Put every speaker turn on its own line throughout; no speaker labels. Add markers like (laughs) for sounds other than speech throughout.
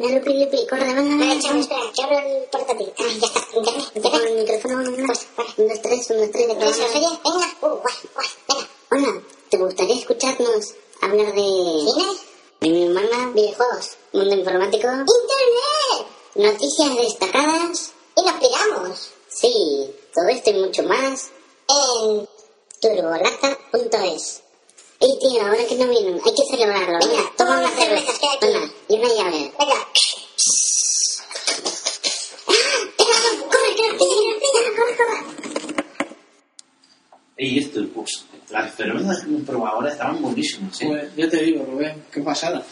Mira, Lupi, Lupi, corre, va. Eh, chavo, espera, yo abro el portátil. Ah, ya está, internet, internet. Con el micrófono, una cosa. Vale, un, dos, tres, un, dos, tres. De
¿Eso sería? Venga.
Uh, guay, guay, venga. Hola, ¿te gustaría escucharnos hablar de...
¿Cine?
De mi mamá, videojuegos, mundo informático,
¡Internet!
noticias destacadas...
Y nos pegamos.
Sí, todo esto y mucho más
En...
turbolata.es. Y tío, ahora que no vienen, hay que celebrarlo. Venga, toma una cerveza.
que hay aquí.
Hola, y una llave.
Venga. ¡Ah! ¡Pégalo! ¡Corre, que nos pillan, que nos pillan! ¡Corre, corre!
Y esto, pues, las cervezas que hemos probado ahora estaban buenísimas, ¿eh?
Pues, ya te digo, Rubén, qué pasada.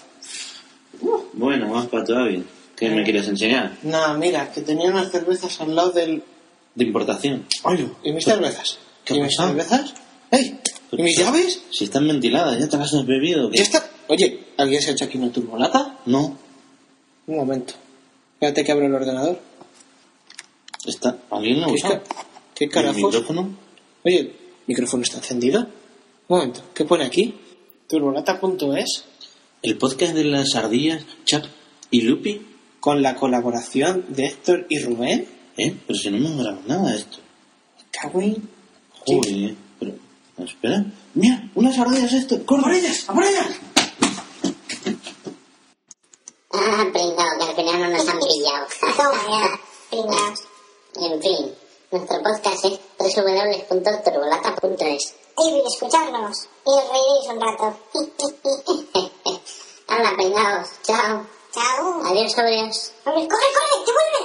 Bueno, más para todavía. ¿Qué
Eh.
me quieres enseñar?
No, mira, que tenía unas cervezas al lado del...
De importación.
Oye, ¿y mis cervezas?
¿Qué
¿Y mis
pasa?
cervezas? ¡Ey! ¿Y mis llaves?
pues, Si están ventiladas, ya te las has bebido. ¿qué?
Ya está. Oye, ¿alguien se ha hecho aquí una turbolata?
No,
Un momento. Fíjate que abro el ordenador.
está. ¿Alguien lo ha
¿Qué,
usado?
ca- qué
¿Y ¿El
carajos?
micrófono?
Oye, ¿el micrófono está encendido? Un momento, ¿qué pone aquí? Turbolata.es
¿El podcast de las ardillas, Chap y Lupi?
con la colaboración de Héctor y Rubén.
¿Eh? Pero si no hemos grabado nada de esto.
Cago en-
Joder, ¿eh? pero... Espera. Mira, unas ardillas esto. ¡Corre! ¡A por ellas! ¡A por ellas!
Ah, pringao, que al final no nos han pillado.
(laughs) Toma ya. Pringaos.
en fin, nuestro podcast es www.turbolata.es.
Y escucharnos. Y reír un
(laughs)
rato.
Hola, pringaos, chao.
Chao.
Adiós, sobrios.
Corre, corre, te vuelve.